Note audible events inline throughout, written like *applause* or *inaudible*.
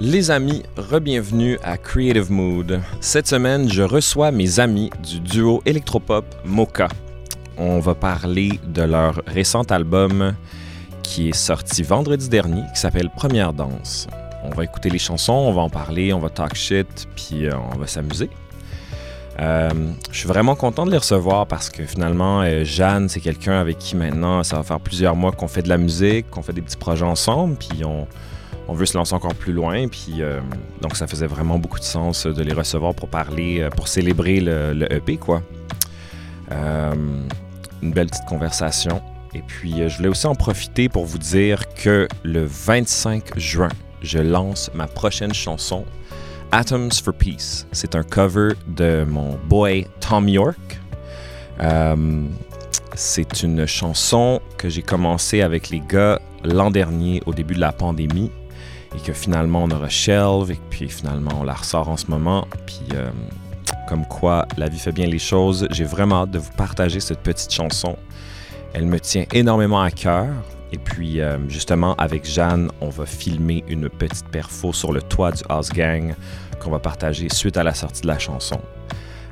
Les amis, re-bienvenue à Creative Mood. Cette semaine, je reçois mes amis du duo électropop Mocha. On va parler de leur récent album qui est sorti vendredi dernier, qui s'appelle Première Danse. On va écouter les chansons, on va en parler, on va talk shit, puis euh, on va s'amuser. Euh, je suis vraiment content de les recevoir parce que finalement, euh, Jeanne, c'est quelqu'un avec qui maintenant, ça va faire plusieurs mois qu'on fait de la musique, qu'on fait des petits projets ensemble, puis on, on veut se lancer encore plus loin. Puis, euh, donc, ça faisait vraiment beaucoup de sens euh, de les recevoir pour parler, euh, pour célébrer le, le EP, quoi. Euh, une belle petite conversation. Et puis, euh, je voulais aussi en profiter pour vous dire que le 25 juin, je lance ma prochaine chanson, Atoms for Peace. C'est un cover de mon boy Tom York. Euh, c'est une chanson que j'ai commencé avec les gars l'an dernier, au début de la pandémie et que finalement on aura shelve et puis finalement on la ressort en ce moment. Puis euh, comme quoi la vie fait bien les choses, j'ai vraiment hâte de vous partager cette petite chanson. Elle me tient énormément à cœur. Et puis euh, justement avec Jeanne, on va filmer une petite perfo sur le toit du House Gang qu'on va partager suite à la sortie de la chanson.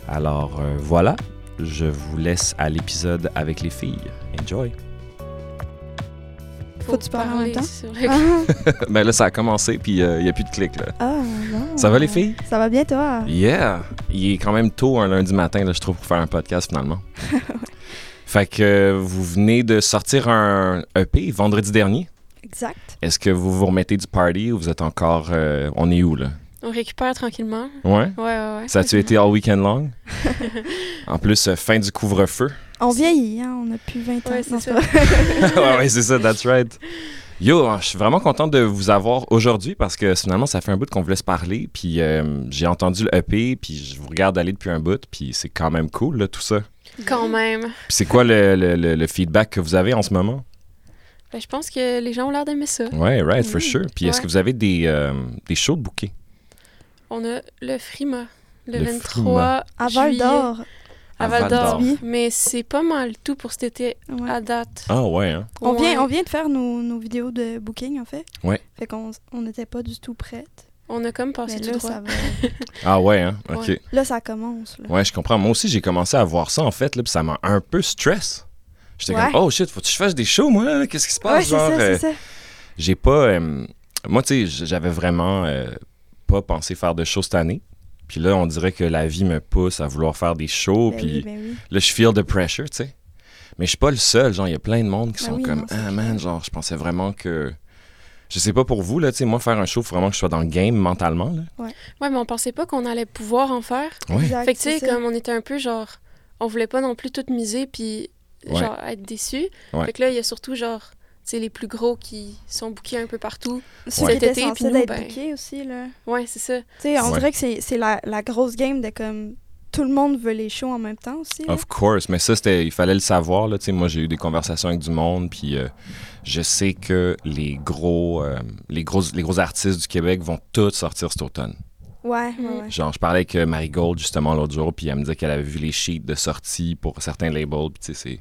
Alors euh, voilà, je vous laisse à l'épisode avec les filles. Enjoy. Faut que tu parles en même temps? sur le- Ah, *laughs* ben là ça a commencé puis il n'y a plus de clics là. *laughs* ah, non. Ça va les filles? Ça va bien, toi? Yeah! Il est quand même tôt un lundi matin, là, je trouve, pour faire un podcast finalement. Fait que euh, vous venez de sortir un EP vendredi dernier. Exact. Est-ce que vous vous remettez du party ou vous êtes encore. euh, on est où là? On récupère tranquillement. Ouais? Ouais, ouais, ouais. Ça a-tu été all weekend long? en plus, euh, fin du couvre-feu. *laughs* On vieillit, hein? On a plus 20 ans. Ouais, c'est Non, ça. pas vrai. ouais, ouais, c'est ça, that's right. Yo, ah, je suis vraiment content de vous avoir aujourd'hui parce que finalement, ça fait un bout qu'on voulait se parler. Puis euh, j'ai entendu le EP, puis je vous regarde aller depuis un bout, puis c'est quand même cool là, tout ça. Quand même. Puis C'est quoi le, le- le- le feedback que vous avez en ce moment? Ben, je pense que les gens ont l'air d'aimer ça. Ouais, right, for Oui. sure. Puis est-ce Ouais. que vous avez des, euh, des shows de bouquets? On a le Frima le, Le 23 À Val juillet d'Or. À Val d'Or. Val-d'Or. Mais c'est pas mal tout pour cet été Ouais. à date. Ah ouais, hein? On, Ouais. vient, on vient de faire nos, nos vidéos de booking, en fait. Ouais. Fait qu'on on n'était pas du tout prêtes. On a comme passé mais tout là, droit. ça va. Ah ouais, hein? OK. Ouais. Ouais. Là, ça commence. Là. je comprends. Moi aussi, j'ai commencé à voir ça, en fait, là, puis ça m'a un peu stress. J'étais Ouais. comme, oh shit, faut que je fasse des shows, moi, là? Qu'est-ce qui se passe? Ouais, c'est Genre, ça, euh, c'est ça. j'ai pas... euh, moi, tu sais, j'avais vraiment euh, pas pensé faire de shows cette année. Puis là, on dirait que la vie me pousse à vouloir faire des shows, Ben puis... oui, ben oui. Là, je feel the pressure, tu sais. Mais je suis pas le seul. Genre, il y a plein de monde qui Ben sont oui, comme non, c'est Ah clair. man, genre, je pensais vraiment que. Je sais pas pour vous, là, tu sais, moi, faire un show, faut vraiment que je sois dans le game mentalement, là. Ouais, mais on pensait pas qu'on allait pouvoir en faire. Ouais. Exact, fait que tu c'est sais, ça. comme on était un peu genre. On voulait pas non plus tout miser puis Ouais. genre être déçus. Ouais. Fait que là, il y a surtout genre. tu sais, les plus gros qui sont bookés un peu partout. Ceux Ouais. qui étaient Cet été, censés puis nous, d'être ben- bookés aussi, là. Ouais, c'est ça. Tu sais, on Ouais. dirait que c'est c'est la, la grosse game de comme... Tout le monde veut les shows en même temps aussi. là. Of course, mais ça, c'était, il fallait le savoir, là, tu sais. Moi, j'ai eu des conversations avec du monde, puis euh, je sais que les gros, euh, les, gros, les gros artistes du Québec vont tous sortir cet automne. Ouais, ouais, Mm. ouais. Genre, je parlais avec euh, Marie Gold justement l'autre jour, puis elle me disait qu'elle avait vu les sheets de sortie pour certains labels, puis tu sais, c'est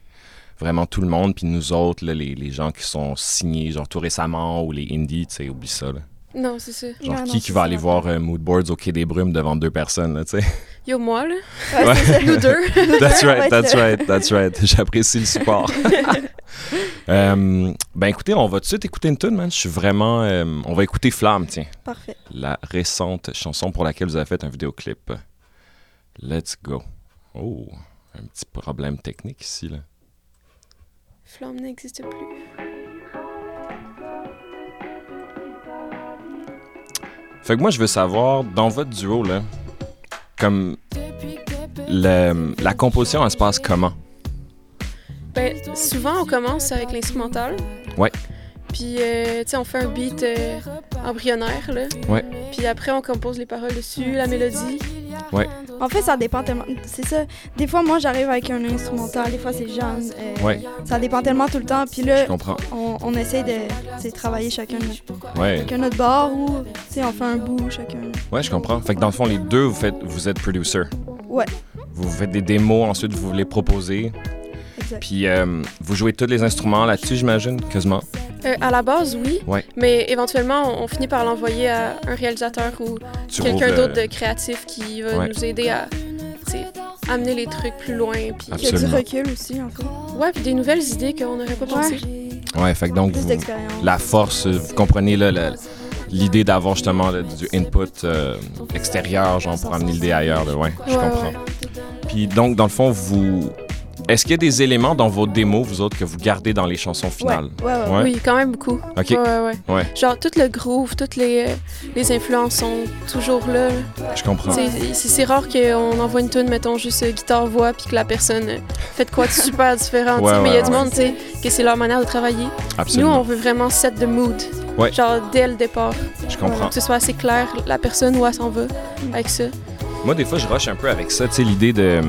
vraiment tout le monde, puis nous autres, là, les, les gens qui sont signés, genre tout récemment, ou les indies, tu sais, oublie ça. là. Non, c'est ça. Genre, Ouais, qui, non, qui c'est va ça, aller la voir euh, Mood Boards au Quai des Brumes devant deux personnes, là, tu sais? Yo, moi, *laughs* là. Ouais, c'est ça. Nous deux. euh, That's Ouais, right, ouais, that's c'est- right, that's right. *laughs* J'apprécie le *laughs* support. Euh, ben écoutez, on va tout de suite écouter une tune, man. Je suis vraiment... euh, on va écouter Flamme, tiens. Parfait. la récente chanson pour laquelle vous avez fait un vidéoclip. Let's go. Oh, un petit problème technique ici, là. Flamme n'existe plus. Fait que moi, je veux savoir, dans votre duo, là, comme le- la composition, elle se passe comment? Ben, souvent, on commence avec l'instrumental. Ouais. Puis, euh, tu sais, on fait un beat euh, embryonnaire, là. Ouais. Puis après, on compose les paroles dessus, la mélodie. Ouais. En fait, euh, ça dépend tellement. C'est ça. Des fois, moi, j'arrive avec un instrumental. Des fois, c'est Jeanne. euh, Ouais. Ça dépend tellement tout le temps. Puis là, Je comprends. on, on essaie de tu sais, travailler euh, chacun, Ouais, chacun notre bord ou tu sais, on fait un bout chacun. ouais, je comprends. Fait que dans le fond, les deux, vous, faites, vous êtes producer. Ouais. Vous faites des démos, ensuite, vous les proposez. Exact. Puis euh, vous jouez tous les instruments là-dessus, j'imagine, quasiment. Euh, à la base, oui. Ouais. Mais éventuellement, on, on finit par l'envoyer à un réalisateur ou Tu quelqu'un rouvres, euh, d'autre de créatif qui va Ouais. nous aider à tu sais, amener les trucs plus loin. Puis Ah. Il y a du Absolument. recul aussi, en fait. Ouais, puis des nouvelles idées qu'on n'aurait pas pensées. Ouais, fait que donc, Plus vous- d'expérience. la force, euh, vous comprenez là, la- l'idée d'avoir justement là, du input euh, extérieur, genre pour amener l'idée ailleurs, là, ouais, je Ouais, comprends. ouais. Puis donc, dans le fond, vous. Est-ce qu'il y a des éléments dans vos démos, vous autres, que vous gardez dans les chansons finales? Ouais, ouais, ouais. Ouais. Oui, quand même beaucoup. Ok. Ouais, ouais, ouais. Ouais. Genre, tout le groove, toutes les, euh, les influences sont toujours là. Je comprends. Tu sais, C'est c'est rare qu'on envoie une tune, mettons juste euh, guitare-voix, puis que la personne euh, fait de quoi *laughs* de super différent. tu Ouais, sais, mais il y ouais, a du ouais. monde, tu sais, que c'est leur manière de travailler. Nous, on Absolument. veut vraiment set the mood. Ouais. Genre, dès le départ. Je comprends. Que ce soit assez clair, la personne, où elle s'en va avec ça. Moi, des fois, je rush un peu avec ça, tu sais, l'idée de.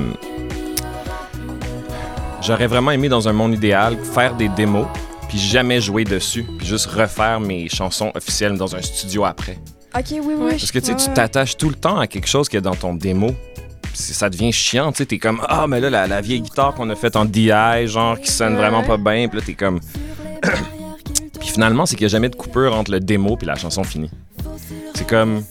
J'aurais vraiment aimé, dans un monde idéal, faire des démos, puis jamais jouer dessus, puis juste refaire mes chansons officielles dans un studio après. Ok, oui, oui. oui. Parce que tu sais, tu Ouais, t'attaches tout le temps à quelque chose qui est dans ton démo. Puis Ça devient chiant, tu sais. T'es comme, ah, mais là, la, la vieille guitare qu'on a faite en DI, genre, qui sonne Ouais. vraiment pas bien. Puis là, t'es comme. *clears throat* puis finalement, c'est qu'il n'y a jamais de coupure entre le démo puis la chanson finie. C'est comme.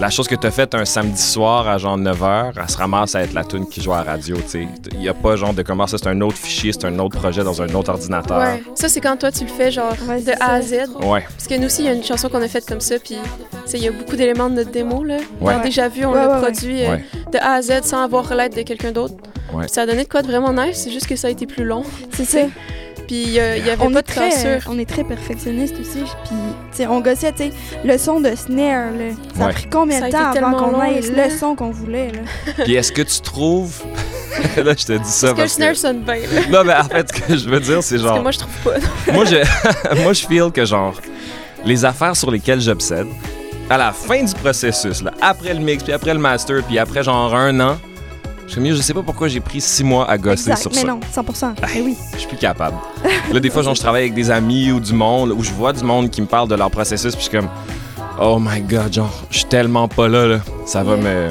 La chose que t'as faite un samedi soir à genre 9h, elle se ramasse à être la tune qui joue à la radio, tu sais. Il n'y a pas genre de comment ça, c'est un autre fichier, c'est un autre projet dans un autre ordinateur. Ouais. Ça, c'est quand toi, tu le fais, genre, Ouais, de c'est A à Z. ça. Ouais, Parce que nous aussi, il y a une chanson qu'on a faite comme ça, puis tu sais, il y a beaucoup d'éléments de notre démo. Là. Ouais. Dans Déjà vu, on Ouais, l'a ouais, ouais. produit euh, Ouais. de A à Z sans avoir l'aide de quelqu'un d'autre. Ouais. Puis Ça a donné de quoi de vraiment nice, c'est juste que ça a été plus long. C'est ça. Puis il y a- il y avait On pas est, de très, euh, cassure. on est très perfectionniste aussi. Puis, tu sais, on gossait, tu sais, le son de snare, là, ça Ouais. Ah, a pris combien Ça a de été temps avant tellement long, qu'on le ait snare. le son qu'on voulait, là? Puis est-ce que tu trouves. *laughs* là, je te dis ça Parce que le parce que. snare sonne bien. là. Non, mais en fait, ce que je veux dire, c'est Parce genre. que moi, je trouve pas. moi, je, *laughs* moi, je feel que, genre, les affaires sur lesquelles j'obsède, à la fin du processus, là, après le mix, puis après le master, puis après, genre, un an, je suis mieux, je sais pas pourquoi j'ai pris six mois à gosser exact, sur mais ça. non, 100%. mais oui. Je suis plus capable. Là, des fois, genre, je travaille avec des amis ou du monde, ou je vois du monde qui me parle de leur processus, puis je suis comme, oh my god, genre, je suis tellement pas là, là. Ça va me.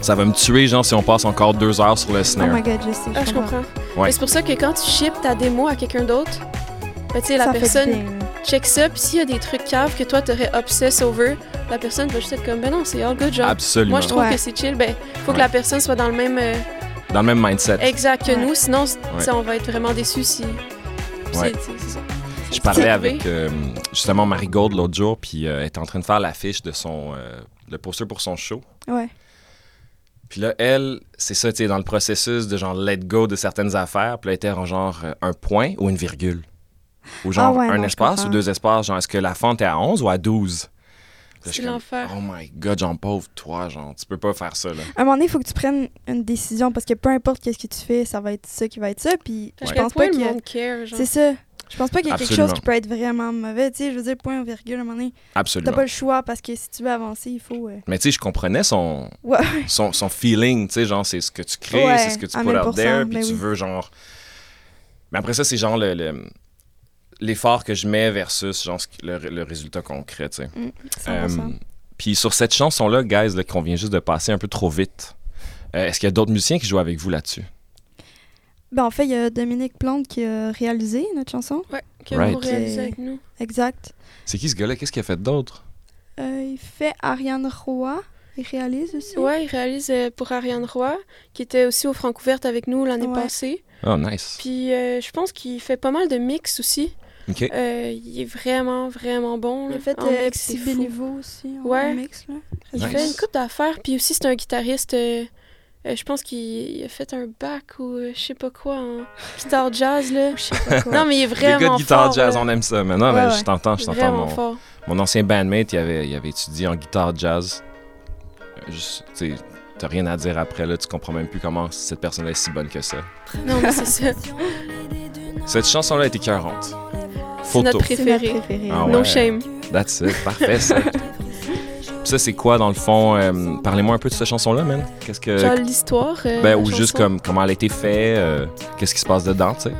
Ça va me tuer, genre, si on passe encore deux heures sur le Oh snare. my god, je sais. Ah, *laughs* je comprends. Ouais. Mais C'est pour ça que quand tu ships ta démo à quelqu'un d'autre, ben, tu sais, la Ça fait personne du bien, là. check ça, puis s'il y a des trucs caves que toi t'aurais obsess over, la personne va juste être comme, ben non, c'est all good, genre. Absolument. Moi, je trouve Ouais. que c'est chill. Ben, faut Ouais. que la personne soit dans le même euh, Dans le même mindset. exact que Ouais. nous, sinon, c- t'sais, on va être vraiment déçus si. c'est- Ouais. c'est- c'est ça. Je parlais C'est avec arrivé. euh, justement Marie Gold l'autre jour, puis euh, elle était en train de faire l'affiche de son. euh, le poster pour son show. Ouais. Puis là, elle, c'est ça, tu sais, dans le processus de genre let go de certaines affaires, puis là, elle était en genre euh, un point ou une virgule. Ou genre Ah ouais, un non, je espace ou comprends. deux espaces, genre est-ce que la fente est à 11 ou à 12? Puis là, je C'est suis comme, l'enfer. Oh my god, j'en pauvre, toi, genre, tu peux pas faire ça, là. À un moment donné, il faut que tu prennes une décision parce que peu importe qu'est-ce que tu fais, ça va être ça qui va être ça. Puis À je quel pense point pas le qu'il y a- monde care, genre. C'est ça. Je pense pas qu'il y a quelque Absolument. chose qui peut être vraiment mauvais. Tu sais, je veux dire, point, virgule, à un moment donné, Absolument. t'as pas le choix parce que si tu veux avancer, il faut. euh, Mais tu sais, je comprenais son, Ouais. son, son feeling, tu sais, genre, c'est ce que tu crées, Ouais, c'est ce que tu à put out 1000%, there, puis ben tu oui. veux, genre... Mais après ça, c'est genre le... le- l'effort que je mets versus genre ce qui- le, le résultat concret, tu sais. Mm, 100%. Euh, Puis sur cette chanson-là, guys, là, qu'on vient juste de passer un peu trop vite, euh, est-ce qu'il y a d'autres musiciens qui jouent avec vous là-dessus? Ben, en fait, il y a Dominique Plante qui a réalisé notre chanson. Ouais, que Right. vous réalisez Euh, avec nous. Exact. C'est qui ce gars-là? Qu'est-ce qu'il a fait d'autre? Euh, il fait Ariane Roy. Il réalise aussi. Ouais, il réalise euh, pour Ariane Roy, qui était aussi au Francouverte avec nous l'année Ouais. passée. Oh, nice. Puis euh, je pense qu'il fait pas mal de mix aussi. OK. Euh, il est vraiment, vraiment bon. Il là. a fait En euh, mix, c'est Petit fou. Béliveau aussi. En Ouais. mix, là. Il Nice. fait une coupe d'affaires, puis aussi c'est un guitariste. euh, euh, je pense qu'il il a fait un bac ou euh, je sais pas quoi en *laughs* guitare jazz là. Je *laughs* sais pas quoi. Non mais il est vraiment Les gars de guitare fort, jazz, là. on aime ça. Mais non, Ouais, mais je ouais. t'entends, je t'entends. Vraiment Mon, fort. mon ancien bandmate, il avait, il avait étudié en guitare jazz. Euh, Juste, tu sais, t'as rien à dire après, là, tu comprends même plus comment cette personne-là est si bonne que ça. Non mais c'est ça. Cette chanson-là est écœurante. C'est Photo. notre C'est ma préféré. préférée. Ah No ouais. shame. That's it, parfait ça. Puis ça, c'est quoi dans le fond? euh, Parlez-moi un peu de cette chanson-là, man. Qu'est-ce que. Genre l'histoire. euh, ben, la ou juste chanson. comme comment elle a été faite, euh, qu'est-ce qui se passe dedans, tu sais.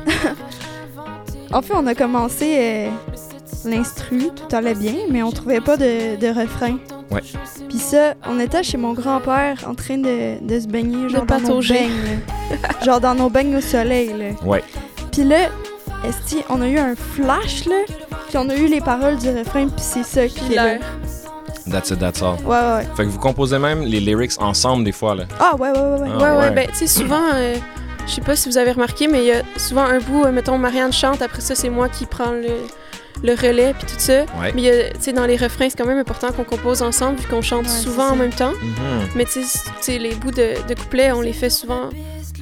En fait, on a commencé euh, l'instru, tout allait bien, mais on trouvait pas de, de refrain. Ouais. Puis ça, on était chez mon grand-père en train de, de se baigner, genre dans nos patauger. beignes. *laughs* là. genre dans nos beignes au soleil, là. Ouais. Puis là, esti, on a eu un flash, là. Puis on a eu les paroles du refrain, puis c'est ça qui Puis est là. l'air. That's it, that's all. Ouais, ouais, ouais. Fait que vous composez même les lyrics ensemble des fois, là. Ah, ouais, ouais, ouais. ouais. Ah, Ouais, ouais, ouais. ben, tu sais, souvent, euh, je sais pas si vous avez remarqué, mais il y a souvent un bout, euh, mettons, Marianne chante, après ça, c'est moi qui prends le, le relais, puis tout ça. Ouais. Mais il y a- tu sais, dans les refrains, c'est quand même important qu'on compose ensemble, vu qu'on chante Ouais, souvent c'est en ça. même temps. Mhm. Mais tu sais, c- tu sais, les bouts de, de couplets, on les fait souvent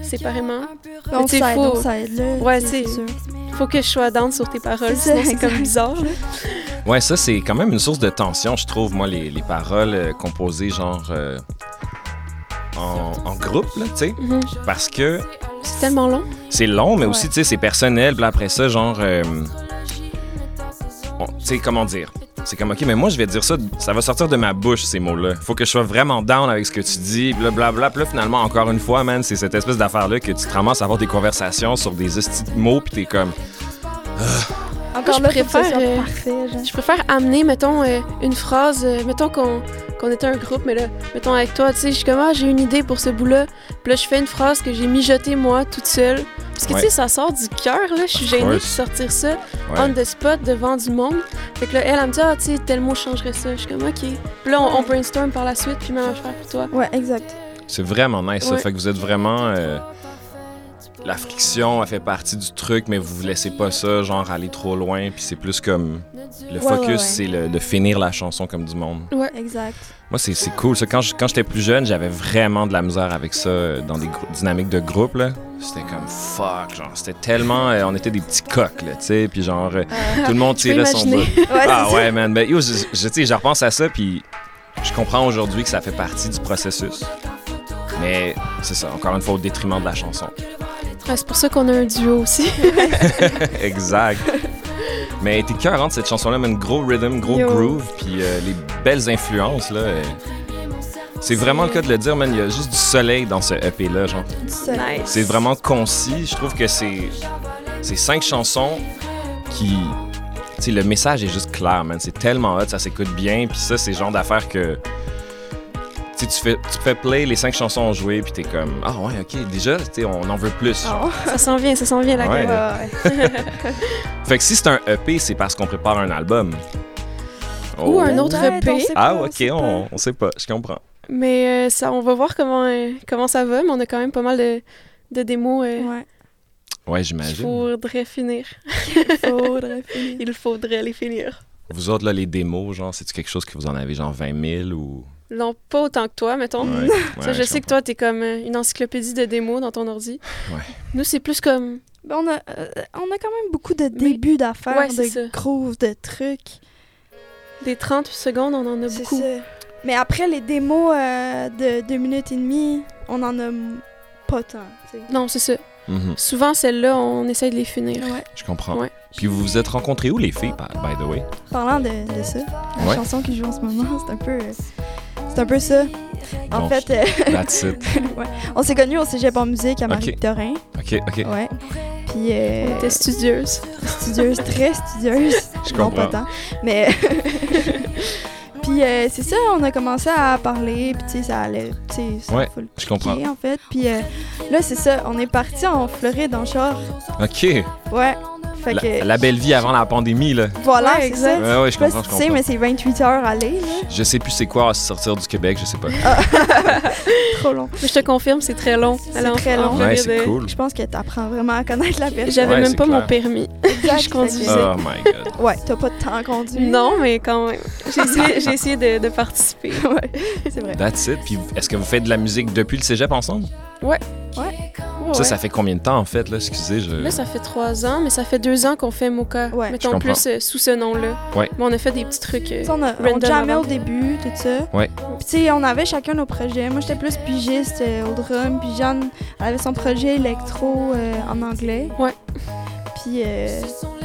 séparément. Ah. On Mais t'sais, s'aide, faut- on s'aide, là. Ouais, t'sais, c'est- sûr. Faut que je sois down sur tes paroles, C'est ça, sinon c'est exact. comme *laughs* bizarre. là. Ouais, ça, c'est quand même une source de tension, je trouve, moi, les, les paroles euh, composées, genre, euh, en, en groupe, là, tu sais. Mhm. Parce que C'est tellement long. c'est long, mais aussi, Ouais. tu sais, c'est personnel. Puis là, après ça, genre, euh, on- tu sais, comment dire? C'est comme, OK, mais moi, je vais dire ça, ça va sortir de ma bouche, ces mots-là. Faut que je sois vraiment down avec ce que tu dis, blablabla. Puis là, finalement, encore une fois, man, c'est cette espèce d'affaire-là que tu te ramasses à avoir des conversations sur des hosties de mots, puis t'es comme, Encore je là, faut que ça préfère, soit euh, parfait, genre. Je préfère amener, mettons, euh, une phrase, euh, mettons qu'on qu'on était un groupe, mais là, mettons avec toi, tu sais, je suis comme, ah, j'ai une idée pour ce bout-là. Puis là, je fais une phrase que j'ai mijotée moi, toute seule. Parce que, Ouais. tu sais, ça sort du cœur, là. Je suis Of gênée de course. sortir ça ouais. on the spot devant du monde. Fait que là, elle, elle me dit, ah, tu sais, tel mot changerait ça. Je suis comme, ok. Puis là, on, on brainstorm par la suite, puis même affaire pour toi. Ouais, exact. C'est vraiment nice, ça. Ouais. Fait que vous êtes vraiment. euh, la friction, elle fait partie du truc, mais vous laissez pas ça, genre, aller trop loin. Puis c'est plus comme. Le Ouais, focus, ouais, ouais. c'est le- de finir la chanson comme du monde. *laughs* Exact. Moi, c'est c'est cool. Ça. Quand je- quand j'étais plus jeune, j'avais vraiment de la misère avec ça euh, dans des grou- dynamiques de groupe. là. C'était comme fuck, genre. C'était tellement. euh, on était des petits coqs, là, tu sais. Puis genre, euh, tout le monde *laughs* Je peux tirait son imaginer. bas. Ouais, Ah c'est ça. ouais, man. Ben, yo, je, je- tu sais, je repense à ça, puis je comprends aujourd'hui que ça fait partie du processus. Mais c'est ça, encore une fois, au détriment de la *laughs* chanson. Ah, c'est pour ça qu'on a un duo aussi. exact. Mais t'es cœurante, cette chanson-là, man. Gros rhythm, gros Yo. groove, puis euh, les belles influences, là. euh, c'est vraiment le cas de le dire, man. Il y a juste du soleil dans ce EP-là, genre. Du soleil. C'est vraiment concis. Je trouve que c'est c'est cinq chansons qui tu sais le message est juste clair, man. C'est tellement hot, ça s'écoute bien, puis ça c'est le genre d'affaire que tu sais, tu fais tu fais play les cinq chansons ont joué puis t'es comme ah ouais ok déjà tu sais, on en veut plus genre. Ah, *laughs* Ça s'en vient, ça s'en vient, la Ouais. ouais, gueule. ouais, ouais. fait que si c'est un EP c'est parce qu'on prépare un album Ou un Oh. autre Ouais, EP. on sait ah pas, ok sait pas. on, on sait pas je comprends Mais euh, ça, on va voir comment, euh, comment ça va, mais on a quand même pas mal de, de démos euh, Ouais. ouais qu'il j'imagine faudrait finir. Faudrait finir. Il faudrait les finir. vous autres là les démos genre c'est quelque chose que vous en avez genre 20 000 ou Non, pas autant que toi, mettons. Ouais, *laughs* Ça, ouais, je, sais que toi, t'es comme euh, une encyclopédie de démos dans ton ordi. Ouais. Nous, c'est plus comme *laughs* Ben, on, a, euh, on a quand même beaucoup de débuts d'affaires, Ouais, c'est ça. de grooves, de trucs. des 30 secondes, on en a C'est beaucoup. ça. Mais après, les démos euh, de deux minutes et demie, on en a m- pas tant. tu sais. Non, c'est ça. Mhm, Souvent, celles-là, on essaye de les finir. Ouais. je comprends Ouais. Puis vous vous êtes rencontrés où les filles, par- by *laughs* the way? Parlant de, de ça, la Ouais. chanson qui joue en ce moment, c'est un peu, euh, c'est un peu ça. En Bon, fait, euh, *laughs* That's it. ouais. on s'est connus au cégep en musique à Ok. Marie-Victorin. OK, OK. Ouais. Puis euh, On était studieuse. studieuse, très studieuse. *laughs* Je Non, pas comprends. tant. Mais. *laughs* puis euh, c'est ça, on a commencé à parler, puis tu sais, ça allait. Tu sais, ça Ouais, full je comprends. piqué, en fait. Puis euh, là, c'est ça, on est parti en Floride en char. OK. Ouais. Fait La, que. la belle vie avant la pandémie, là. Voilà, Ouais, c'est exact. ça. Ouais, ouais, je Je sais pas comprends, je si tu sais, comprends. mais c'est 28 heures aller, *laughs* là. Je sais plus c'est quoi sortir du Québec, je sais pas. Ah, Trop long. Mais je te confirme, c'est très long. C'est Alors, très long. Ouais, Floride, c'est euh, cool. Je pense que t'apprends vraiment à connaître la personne. J'avais Ouais, même c'est pas clair. mon permis. Exact, je conduisais. fait Oh my God. que- *laughs* Ouais, t'as pas de temps à conduire. Non, mais quand même. J'ai essayé, j'ai essayé de, de participer. *laughs* ouais, c'est vrai. That's it. Puis est-ce que vous faites de la musique depuis le cégep ensemble? Ça, ça fait combien de temps, en fait, là? Excusez, je... Là, ça fait trois ans, mais ça fait deux ans qu'on fait Mocha. Ouais. Euh, Je Mettons comprends. plus euh, sous ce nom-là. Ouais. Mais on a fait des petits trucs. euh, Tu sais, On, a, on Random jammait avant. au début, tout ça. Ouais. Puis, tu sais, on avait chacun nos projets. Moi, j'étais plus pigiste euh, au drum, puis Jeanne, elle avait son projet électro euh, en anglais. Ouais. Puis, euh,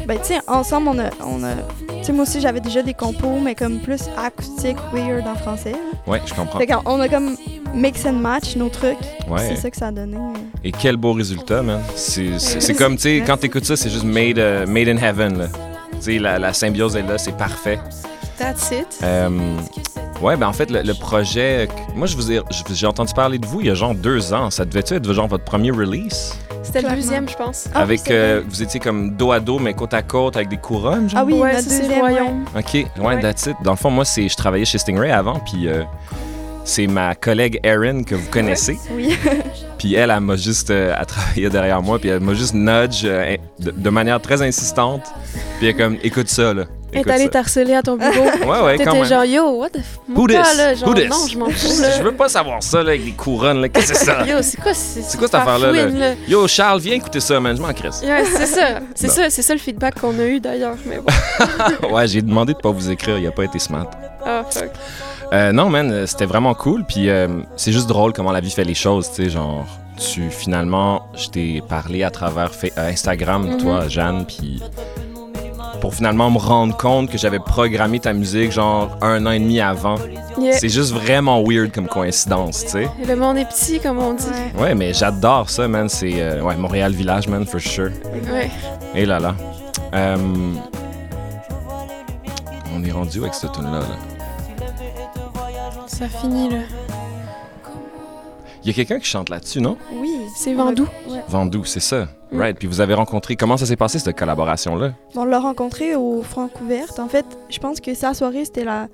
ben, tu sais, ensemble, on a. On a tu sais, moi aussi, j'avais déjà des compos, mais comme plus acoustique, weird en français. là. Ouais, je comprends. Fait qu'on on a comme mix and match nos trucs. C'est Ah. Ouais. ça que ça a donné. euh. Et quel beau résultat, man. C'est c'est- c'est comme, tu sais, quand t'écoutes ça, c'est juste made, euh, made in heaven, là. Tu sais, la, la symbiose est là, c'est parfait. That's it. Euh, ouais, ben en fait, le, le projet. Moi, je vous ai, je- j'ai entendu parler de vous il y a genre deux ans. Ça devait être genre votre premier release? C'était le Clairement. deuxième, je pense. Ah oui, avec, c'est euh, vrai. vous étiez comme dos à dos, mais côte à côte, avec des couronnes, genre? Ah oui, ouais, notre ça, c'est deuxième, Royaume. OK, loin Ah Ouais. that's it. Dans le fond, moi, c'est, je travaillais chez Stingray avant, puis euh, c'est ma collègue Erin que vous connaissez. Oui. *laughs* Puis elle, elle m'a juste, euh, elle travaillait derrière moi, puis elle m'a juste nudge euh, de, de manière très insistante. Puis elle est comme, écoute ça, là. Elle est Écoute ça. allée *laughs* t'harceler à ton bureau. Ouais, ouais, quand T'étais même. genre, yo, what the f. Who Mon gars, this? là, Who genre, this? non, je m'en fous, *laughs* Je là. veux pas savoir ça, là, avec des couronnes, là. Qu'est-ce que c'est *laughs* ça? Yo, c'est quoi C'est quoi cette affaire-là, là? Yo, Charles, viens écouter ça, man, je m'en crisse. Ouais, c'est ça. C'est Bon. ça, c'est ça le feedback qu'on a eu d'ailleurs. Mais *laughs* bon. ouais, j'ai demandé de pas vous écrire, il a pas été smart. Ah, fuck. Euh, non, man, euh, c'était vraiment cool. Puis euh, c'est juste drôle comment la vie fait les choses, tu sais, genre. Tu, finalement, je t'ai parlé à travers fa- euh, Instagram, Mhm. toi, Jeanne, puis pour finalement me rendre compte que j'avais programmé ta musique genre un an et demi avant. Yeah. C'est juste vraiment weird comme coïncidence, tu sais. Le monde est petit, comme on dit. Ouais. Ouais, mais j'adore ça, man. C'est euh, ouais, Montréal Village, man, for sure. Ouais. Et là là. Euh, on est rendu où avec cette tune là. Ça finit, là. Il y a quelqu'un qui chante là-dessus, non? Oui. C'est Vendoux. Ouais. Vandou, c'est ça. Mm. Right. Puis vous avez rencontré. Comment ça s'est passé cette collaboration-là? On l'a rencontré au Francouverte. En fait, je pense que sa soirée, c'était la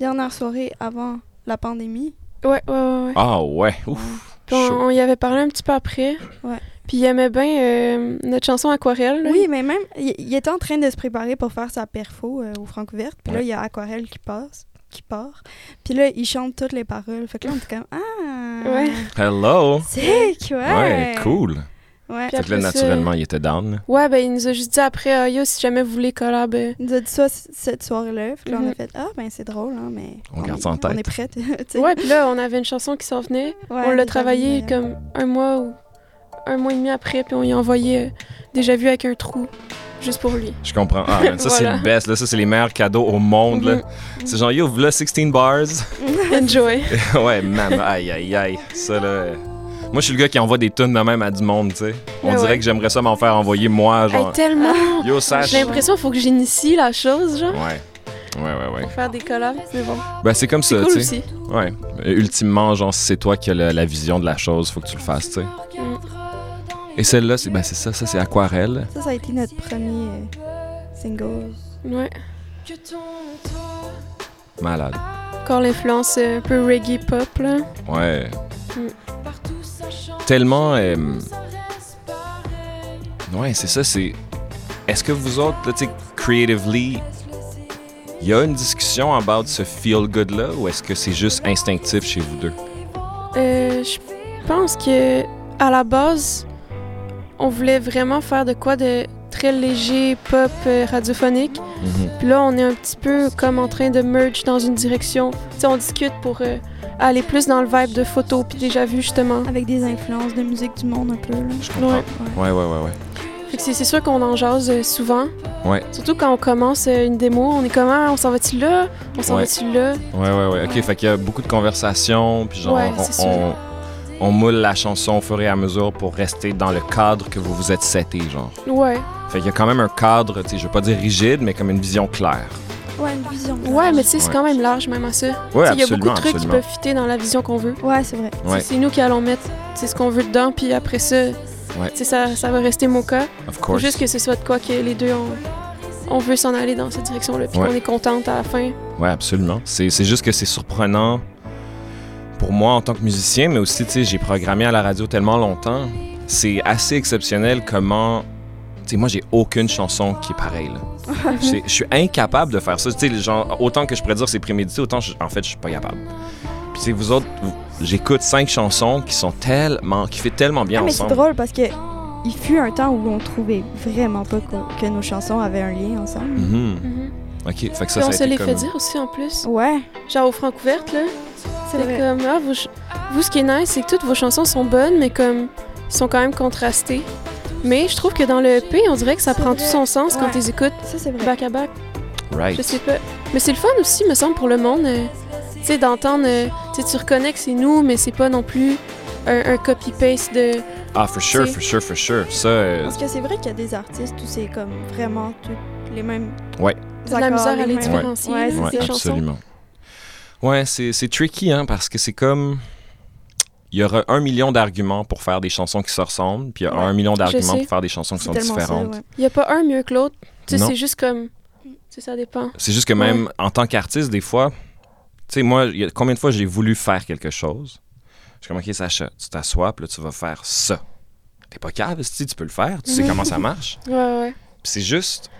dernière soirée avant la pandémie. Ouais, ouais, ouais. ouais. Ah ouais. Ouf. Puis on, Chaud. on y avait parlé un petit peu après. Ouais. Puis il aimait bien euh, notre chanson Aquarelle. là. Oui, mais même, il, il était en train de se préparer pour faire sa perfo euh, au Francouverte. Puis là, Ouais. il y a Aquarelle qui passe, qui part. Puis là, il chante toutes les paroles. Fait que là, on était comme Ah! Ouais. Hello. C'est quoi? Ouais, cool. Ouais. Puis Fait que là, après ça- naturellement, il était down. là. Ouais, ben il nous a juste dit après, euh, yo, si jamais vous voulez collab. euh, Il nous a dit ça c- cette soirée-là. Puis là, on Mhm. a fait Ah, ben c'est drôle, hein, mais. On garde ça en est- tête. On est prête. *laughs* tu sais. Ouais, puis là, on avait une chanson qui s'en venait. Ouais, on l'a déjà travaillée vu, euh, comme un mois ou un mois et demi après, puis on y a envoyé euh, déjà vu avec un trou, juste *laughs* pour lui. Je comprends. Ah, man, ça, c'est Voilà. le best. Là. Ça, c'est les meilleurs cadeaux au monde. là. Mhm. C'est genre, yo, voilà 16 bars. *laughs* Enjoy. ouais, man. Aïe, aïe, aïe. Ça, là. euh, Moi, je suis le gars qui envoie des tunes de même à du monde, tu sais. On Ouais, dirait Ah ouais. que j'aimerais ça m'en faire envoyer moi, Hey, genre. Ah, tellement. Yo, sache. J'ai l'impression qu'il faut que j'initie la chose, genre, Ouais. Ouais, ouais, ouais. pour faire des collabs. Mais bon, Ben, c'est comme c'est ça, cool tu sais. aussi. Ouais. Euh, Ultimement, genre, si c'est toi qui as la, la vision de la chose, faut que tu le fasses, tu sais. Mm. Et celle-là, c'est ben, c'est ça, ça c'est Aquarelle. Ça, ça a été notre premier euh, single. Ouais. Malade. Encore l'influence euh, un peu reggae pop, là. Ouais. Tellement. euh, Ouais, c'est ça, c'est. Est-ce que vous autres, là, tu sais, creatively, il y a une discussion about ce feel good-là ou est-ce que c'est juste instinctif chez vous deux? Euh, je pense que à la base, on voulait vraiment faire de quoi de très léger, pop, euh, radiophonique. Mm-hmm. Puis là, on est un petit peu comme en train de merge dans une direction. Tu sais, on discute pour euh, aller plus dans le vibe de photo, puis déjà vu justement. Avec des influences de musique du monde un peu. là. Je comprends. Ouais, Ouais. ouais, ouais, ouais. Fait que c'est c'est sûr qu'on en jase euh, souvent. Ouais. Surtout quand on commence euh, une démo, on est comment On s'en va-tu là On s'en Ouais. va-tu là Ouais, ouais, ouais. Ok, fait qu'il y a beaucoup de conversations, puis genre, Ouais, c'est on, sûr. on- on moule la chanson au fur et à mesure pour rester dans le cadre que vous vous êtes seté, genre. Ouais. Fait qu'il y a quand même un cadre, tu sais, je veux pas dire rigide, mais comme une vision claire. Ouais, une vision. Ouais, mais tu sais, c'est Ouais. quand même large même à ça. Ouais, Tu sais, Il y a beaucoup de absolument, trucs qui absolument. peuvent fitter dans la vision qu'on veut. Ouais, c'est vrai. Ouais. C'est nous qui allons mettre c'est ce qu'on veut dedans, puis après ça, tu sais, ça, ça va rester mon cas. Of Faut course. juste que ce soit de quoi que les deux, on, on veut s'en aller dans cette direction-là, puis Ouais. on est contente à la fin. Ouais, absolument. C'est c'est juste que c'est surprenant pour moi en tant que musicien, mais aussi, tu sais, j'ai programmé à la radio tellement longtemps. C'est assez exceptionnel comment. Tu sais, moi, j'ai aucune chanson qui est pareille. là. J'ai- Je suis incapable de faire ça. Tu sais, les gens- autant que je pourrais dire c'est prémédité, autant je- en fait, je suis pas capable. Puis, tu sais, vous autres, vous- j'écoute cinq chansons qui sont tellement. qui fait tellement bien Ah, mais c'est ensemble. drôle parce que il fut un temps où on trouvait vraiment pas qu'on- que, nos chansons avaient un lien ensemble. Mhm. Mhm. Ok, fait que ça, Puis ça on a se été les comme- fait dire aussi en plus. Ouais, Genre aux Francouverte, là, Oh. c'est c'était vrai. comme, ah, vous, vous, ce qui est nice, c'est que toutes vos chansons sont bonnes, mais comme, ils sont quand même contrastées. Mais je trouve que dans le EP, on dirait que ça C'est prend vrai. tout son sens quand Ouais. tu les écoutes Ça, c'est vrai. back à back. Right. Je sais pas. Mais c'est le fun aussi, me semble, pour le monde. euh, tu sais, d'entendre. euh, tu sais, tu reconnais que c'est nous, mais c'est pas non plus un, un copy-paste de. Ah, for sure, Si. for sure, for sure. Ça, euh, Parce que c'est vrai qu'il y a des artistes où c'est comme vraiment toutes les mêmes. Ouais. de la misère à les les mêmes- différencier. Ouais, c'est Ouais, ces chansons. absolument. Ouais, c'est c'est tricky, hein, parce que c'est comme. il y aura un million d'arguments pour faire des chansons qui se ressemblent, puis il y a Ouais, un million d'arguments sais. pour faire des chansons qui sont tellement ça, différentes. ouais. Il n'y a pas un mieux que l'autre. Tu sais, Non. c'est juste comme. Tu sais, ça dépend. C'est juste que même en tant qu'artiste, des fois, tu sais, moi, il y a combien de fois j'ai voulu faire quelque chose? Je suis comme, OK, Sacha, tu t'assois, puis là, tu vas faire ça. T'es pas capable, si tu peux le faire, tu sais Mhm. comment ça marche. Ouais, ouais. Puis c'est juste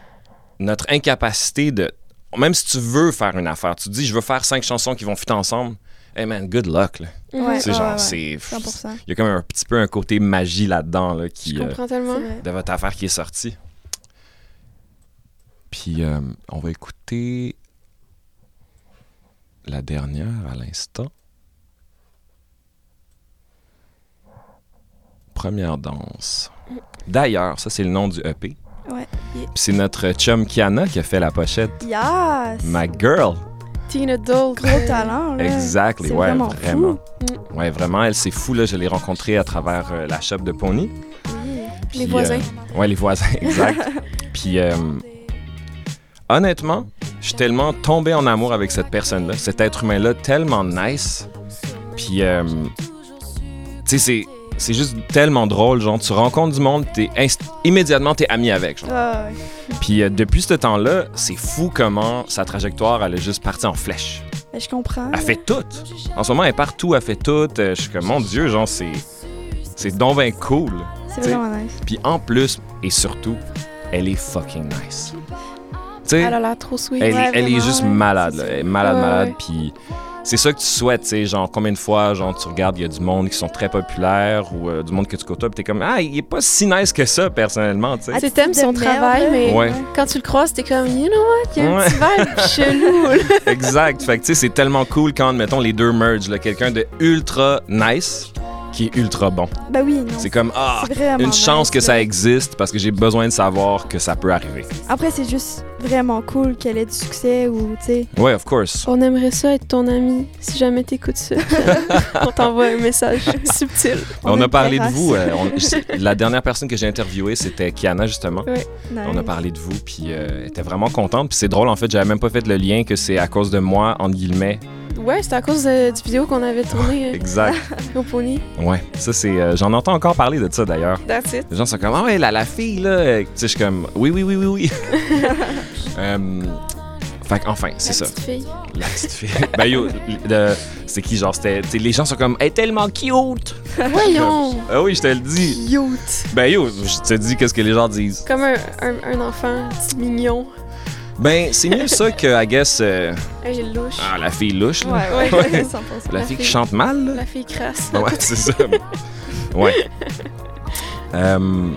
notre incapacité de. Même si tu veux faire une affaire, tu te dis, je veux faire cinq chansons qui vont fitter ensemble. Hey man, good luck. là. Mhm. Ouais. Tu sais, genre, ouais. c'est. 100%. Il y a quand même un petit peu un côté magie là-dedans, là, Je qui. euh, comprends tellement. C'est vrai. de votre affaire qui est sortie. Puis euh, on va écouter la dernière à l'instant. Première danse. D'ailleurs, ça c'est le nom du E EP. Ouais. Puis c'est notre chum Kiana qui a fait la pochette. Yes! My girl! Teen adult. Gros talent, là. Exactly, c'est ouais, vraiment fou. vraiment. Ouais, vraiment, elle c'est fou là, je l'ai rencontrée à travers euh, la shop de Pony. Oui. Les Puis, voisins. euh, ouais, les voisins, *laughs* exact. Puis, euh, honnêtement, je suis tellement tombé en amour avec cette personne-là, cet être humain-là, tellement nice. Puis, euh, tu sais, c'est. C'est juste tellement drôle, genre, tu rencontres du monde, t'es inst- immédiatement, t'es ami avec, genre. Ah, ouais. Puis euh, depuis ce temps-là, c'est fou comment sa trajectoire, elle est juste partie en flèche. Mais Ben, je comprends. Elle fait tout. En ce moment, elle est partout, elle fait tout. Euh, Je suis comme, mon Dieu, genre, c'est... C'est donc ben cool. C'est t'sais, vraiment nice. Puis en plus et surtout, elle est fucking nice. Tu sais, Elle a l'air trop sweet. elle, ouais, elle est vraiment, juste ouais, malade, c'est là. ça. Elle est malade, Ouais, malade. ouais. Puis c'est ça que tu souhaites, tu sais. Genre, combien de fois, genre, tu regardes, il y a du monde qui sont très populaires ou euh, du monde que tu côtoies, puis t'es comme, ah, il est pas si nice que ça, personnellement, tu sais. Ses thèmes, son Attitude de travail, merde, mais Ouais. quand tu le croises, t'es comme, you know what, il y a Ouais. un petit *laughs* vibe chelou. là. exact. Fait que, tu sais, c'est tellement cool quand, mettons, les deux merge, là. Quelqu'un de ultra nice qui est ultra bon. Ben oui, non. C'est comme, ah, C'est vraiment une chance nice, que ça là. existe parce que j'ai besoin de savoir que ça peut arriver. Après, c'est juste vraiment cool qu'elle ait du succès ou, tu sais. Ouais, of course. On aimerait ça être ton ami. Si jamais *laughs* t'écoutes ça, on t'envoie un message *laughs* subtil. On, a une parlé de terrasse. vous. euh, on- c'est- la dernière personne que j'ai interviewée, c'était Kiana, justement. On a Nice. parlé de vous, puis euh, elle était vraiment contente. Puis c'est drôle, en fait, j'avais même pas fait le lien que c'est à cause de moi, entre guillemets. Ouais, c'était à cause de- du vidéo qu'on avait tourné Exact. euh, au pony. Ouais. Ça, c'est. euh, J'en entends encore parler de ça, d'ailleurs. That's it. Les gens sont comme, ah ouais, la, la fille, là. euh, Tu sais, je suis comme, oui, oui, oui, oui, oui. Euh, fait que, enfin, c'est La ça. petite fille. La petite fille. *laughs* ben yo, le- c'est qui, genre, c'était. tu sais, Les gens sont comme, elle est tellement cute. Voyons. Ah oui, je te le dis. Cute. Ben yo, je te dis qu'est-ce que les gens disent. Comme un, un, un enfant, petit mignon. Ben, c'est mieux ça que, I guess, euh, Hey, il est louche. ah, la fille louche, là. Ouais, ouais, *laughs* Ouais. 100%. la, la fille qui fille. chante mal. là. La fille crasse. Ah Ouais, c'est ça. ouais. Euh,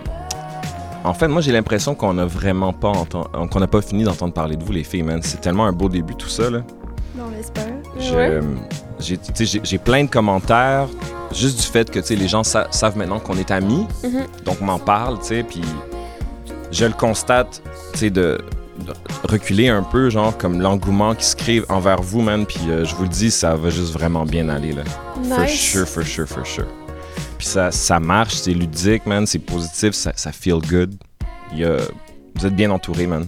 en fait, moi, j'ai l'impression qu'on n'a vraiment pas entendu, qu'on n'a pas fini d'entendre parler de vous, les filles, man. C'est tellement un beau début, tout ça, là. Non, on l'espère. Je- Ouais. j'ai- tu sais, J'ai j'ai plein de commentaires juste du fait que tu sais, les gens sa- savent maintenant qu'on est amis, Mhm. donc m'en parle, tu sais, puis je le constate, tu sais, de, de reculer un peu, genre comme l'engouement qui se crée envers vous, man, puis euh, je vous le dis, ça va juste vraiment bien aller, là. For Nice. sure, for sure, for sure. Puis ça, ça marche, c'est ludique, man, c'est positif, ça, ça feel good. Il y a- vous êtes bien entouré, man.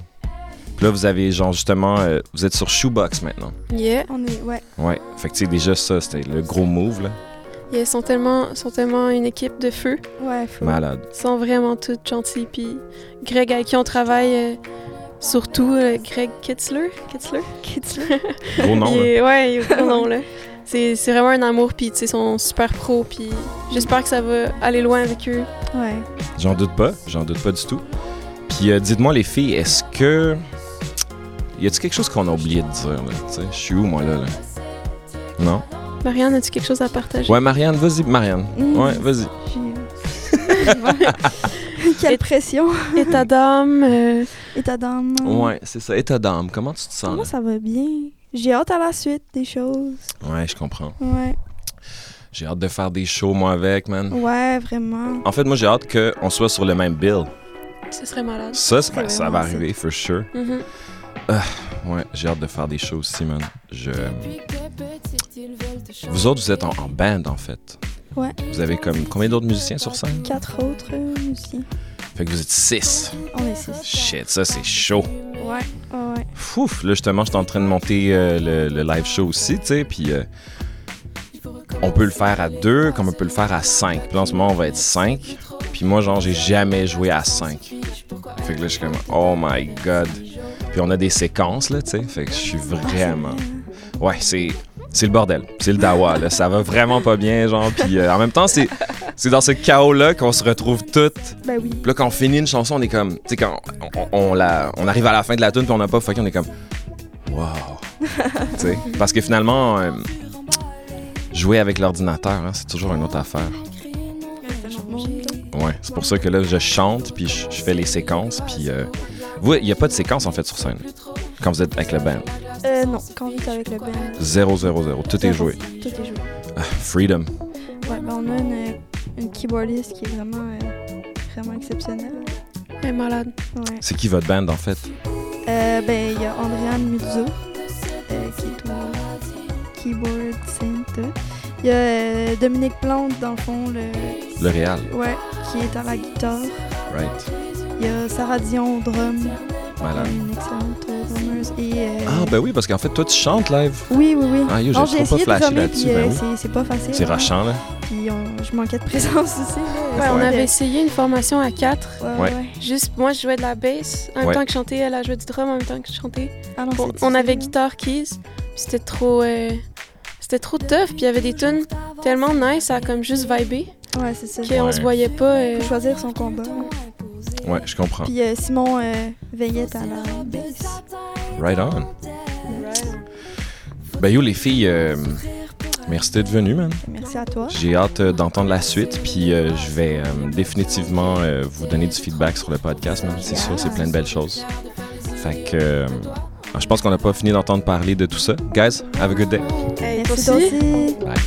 Puis là, vous avez, genre, justement, euh, vous êtes sur Shoebox maintenant. Yeah. On est, ouais. Ouais, fait que tu sais, déjà ça, c'était le gros move, là. Ils sont tellement, sont tellement une équipe de feu. Ouais, faut. Malade. Ils sont vraiment toutes gentilles. Puis Greg, avec qui on travaille, euh, surtout euh, Greg Kitzler. Kitzler? Kitzler. Gros nom, Il là. est- ouais, il est au *laughs* gros nom, là. C'est c'est vraiment un amour, puis tu sais, ils sont super pros, puis j'espère que ça va aller loin avec eux. Ouais. J'en doute pas, j'en doute pas du tout. Puis euh, dites-moi, les filles, est-ce que. Y a-tu quelque chose qu'on a oublié de dire, là? Tu sais, je suis où, moi, là, là? Non? Marianne, as-tu quelque chose à partager? Ouais, Marianne, vas-y, Marianne. Mm. Ouais, vas-y. *laughs* J'ai- *laughs* Quelle pression. État d'âme, euh, État d'âme. Ouais, c'est ça. État d'âme, comment tu te sens, Moi, là? ça va bien. J'ai hâte à la suite des choses. Ouais, je comprends. Ouais. J'ai hâte de faire des shows, moi, avec, man. Ouais, vraiment. En fait, moi, j'ai hâte qu'on soit sur le même bill. ce serait malade. Ça, c'est- C'est ben, ça va vraiment arriver, for sure. Mhm. Ouais, j'ai hâte de faire des shows aussi, man. Je... Vous autres, vous êtes en, en band, en fait. Ouais. Vous avez comme combien d'autres musiciens sur scène? Quatre autres euh, aussi. Fait que vous êtes six. On est six. Shit, ça, c'est chaud. Ouais. ouais. Fouf, là, justement, je suis en train de monter euh, le, le live show aussi, tu sais, puis... euh, on peut le faire à deux comme on peut le faire à cinq. Puis là, en ce moment, on va être cinq. Puis moi, genre, j'ai jamais joué à cinq. Fait que là, je suis comme, oh my god. Puis on a des séquences, là, tu sais. Fait que je suis vraiment. Ouais, c'est. C'est le bordel, c'est le dawa, là. ça va vraiment pas bien, genre. Puis euh, en même temps, c'est c'est dans ce chaos-là qu'on se retrouve toutes. Ben oui. Puis là, quand on finit une chanson, on est comme, tu sais, quand on, on- on la, on arrive à la fin de la tune puis on n'a pas fucké, on est comme, wow. Tu sais, parce que finalement, euh, jouer avec l'ordinateur, hein, c'est toujours une autre affaire. Ouais, c'est pour ça que là, je chante, puis je, je fais les séquences, puis... euh, vous, il n'y a pas de séquence, en fait, sur scène, quand vous êtes avec le band. Euh, non, quand on est avec le band. 0, 0, 0, tout est joué. Tout est joué. Ah, freedom. Ouais, ben on a une, une keyboardiste qui est vraiment, euh, vraiment exceptionnelle. Elle est malade. Ouais. C'est qui votre band, en fait? Euh, ben, il y a Andréane Muzzo, euh, qui est au keyboard, synth. tout. Il y a euh, Dominique Plante, dans le fond, le, Le Real, ouais, qui est à la guitare. right? Il y a Sarah Dion au drum, Malade. une excellente euh, drummeuse. Et, euh, Ah, ben oui, parce qu'en fait, toi, tu chantes live. Oui, oui, oui. Ah, yo, j'ai Non, trop pas essayé de flashé drummer, là-dessus, puis, ben euh, oui. c'est- c'est pas facile. C'est hein. rachant, là. Puis on- je manquais de présence aussi. là. Ouais, on Ouais. avait essayé une formation à quatre. Ouais, Ouais. ouais. Juste, moi, je jouais de la bass en même Ouais. temps que je chantais. Elle a joué du drum en même temps que je chantais. Ah non, On, c'est on avait difficile, guitare keys. puis C'était trop, euh, c'était trop tough. Puis il y avait des tunes tellement nice à comme juste vibrer hein. Ouais, c'est ça. qu'on Ouais. se voyait pas. euh, Faut choisir son combat. Ouais, je comprends. Puis euh, Simon euh, Veillette à la baisse. Right on. Ben yo, les filles, euh, merci d'être venues, man. Merci à toi. J'ai hâte euh, d'entendre la suite, puis euh, je vais euh, définitivement euh, vous donner du feedback sur le podcast, man. C'est sûr, c'est plein de belles choses. Fait que euh, je pense qu'on n'a pas fini d'entendre parler de tout ça. Guys, have a good day. Merci hey, toi toi aussi. aussi. Bye.